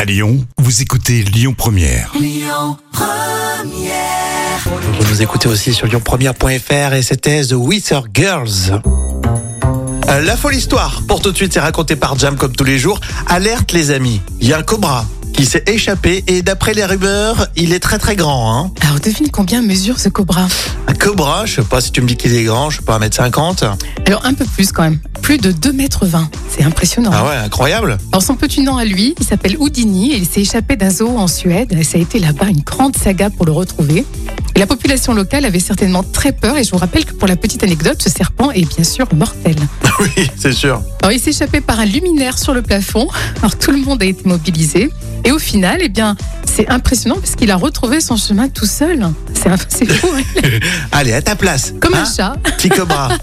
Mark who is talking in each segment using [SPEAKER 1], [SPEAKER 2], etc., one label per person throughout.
[SPEAKER 1] À Lyon, vous écoutez Lyon Première.
[SPEAKER 2] Vous nous écoutez aussi sur lyonpremière.fr et c'était The Wither Girls. Euh, La folle histoire, pour tout de suite, c'est raconté par Jam comme tous les jours. Alerte les amis, il y a un cobra qui s'est échappé et d'après les rumeurs, il est très très grand. Hein.
[SPEAKER 3] Alors devine combien mesure ce cobra
[SPEAKER 2] Un cobra, je sais pas si tu me dis qu'il est grand, je sais pas, 1m50.
[SPEAKER 3] Alors un peu plus quand même, plus de 2,20 mètres. C'est impressionnant.
[SPEAKER 2] Ah ouais, incroyable.
[SPEAKER 3] Alors son petit nom à lui, il s'appelle Houdini et il s'est échappé d'un zoo en Suède. Et ça a été là-bas une grande saga pour le retrouver. Et la population locale avait certainement très peur et je vous rappelle que pour la petite anecdote, ce serpent est bien sûr mortel.
[SPEAKER 2] oui, c'est sûr.
[SPEAKER 3] Alors, il s'est échappé par un luminaire sur le plafond. Alors, tout le monde a été mobilisé. Et au final, eh bien, c'est impressionnant parce qu'il a retrouvé son chemin tout seul. C'est un- c'est fou, hein.
[SPEAKER 2] Allez, à ta place.
[SPEAKER 3] comme
[SPEAKER 2] hein,
[SPEAKER 3] un chat.
[SPEAKER 2] Petit cobra.
[SPEAKER 3] Alors,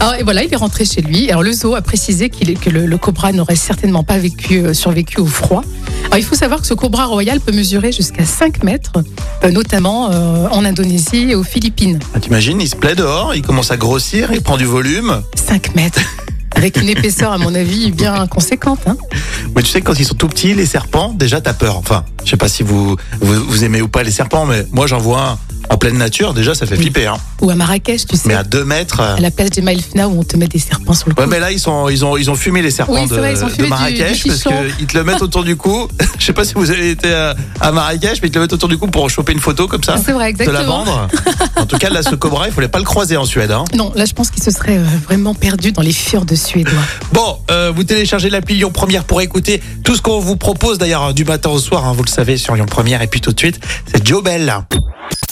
[SPEAKER 3] Ah, et voilà, il est rentré chez lui. Alors, le zoo a précisé qu'il est- que le, le cobra n'aurait certainement pas vécu, euh, survécu au froid. Alors, il faut savoir que ce cobra royal peut mesurer jusqu'à 5 mètres, euh, notamment euh, en Indonésie et aux Philippines.
[SPEAKER 2] Ah, T'imagines, il se plaît dehors, il commence à grossir, il prend du volume.
[SPEAKER 3] 5 mètres. Avec une épaisseur, à mon avis, bien conséquente. hein.
[SPEAKER 2] Mais tu sais, quand ils sont tout petits, les serpents, déjà, t'as peur. Enfin, je sais pas si vous, vous, vous aimez ou pas les serpents, mais moi, j'en vois un en pleine nature, déjà, ça fait flipper. Hein.
[SPEAKER 3] Ou à Marrakech, tu sais.
[SPEAKER 2] Mais à deux mètres. euh,
[SPEAKER 3] à la place des Maïfna où on te met des serpents sur le cou.
[SPEAKER 2] Ouais, mais là, ils, sont, ils, ont, ils ont fumé les serpents
[SPEAKER 3] Oui,
[SPEAKER 2] de,
[SPEAKER 3] c'est vrai, ils ont
[SPEAKER 2] de
[SPEAKER 3] fumé du-
[SPEAKER 2] Marrakech
[SPEAKER 3] du
[SPEAKER 2] parce
[SPEAKER 3] fichon.
[SPEAKER 2] qu'ils te le mettent autour du cou. je sais pas si vous avez été à, à Marrakech, mais ils te le mettent autour du cou pour choper une photo comme ça.
[SPEAKER 3] C'est vrai,
[SPEAKER 2] Te la
[SPEAKER 3] exactement.
[SPEAKER 2] vendre. En tout cas, là, ce cobra, il fallait pas le croiser en Suède. Hein.
[SPEAKER 3] Non, là, je pense qu'il se serait euh, vraiment perdu dans les fjords de Suédois.
[SPEAKER 2] Bon, euh, vous téléchargez l'appli Lyon Première pour écouter tout ce qu'on vous propose d'ailleurs hein, du matin au soir, hein, vous le savez sur Lyon Première et puis tout de suite, c'est Joe Bell.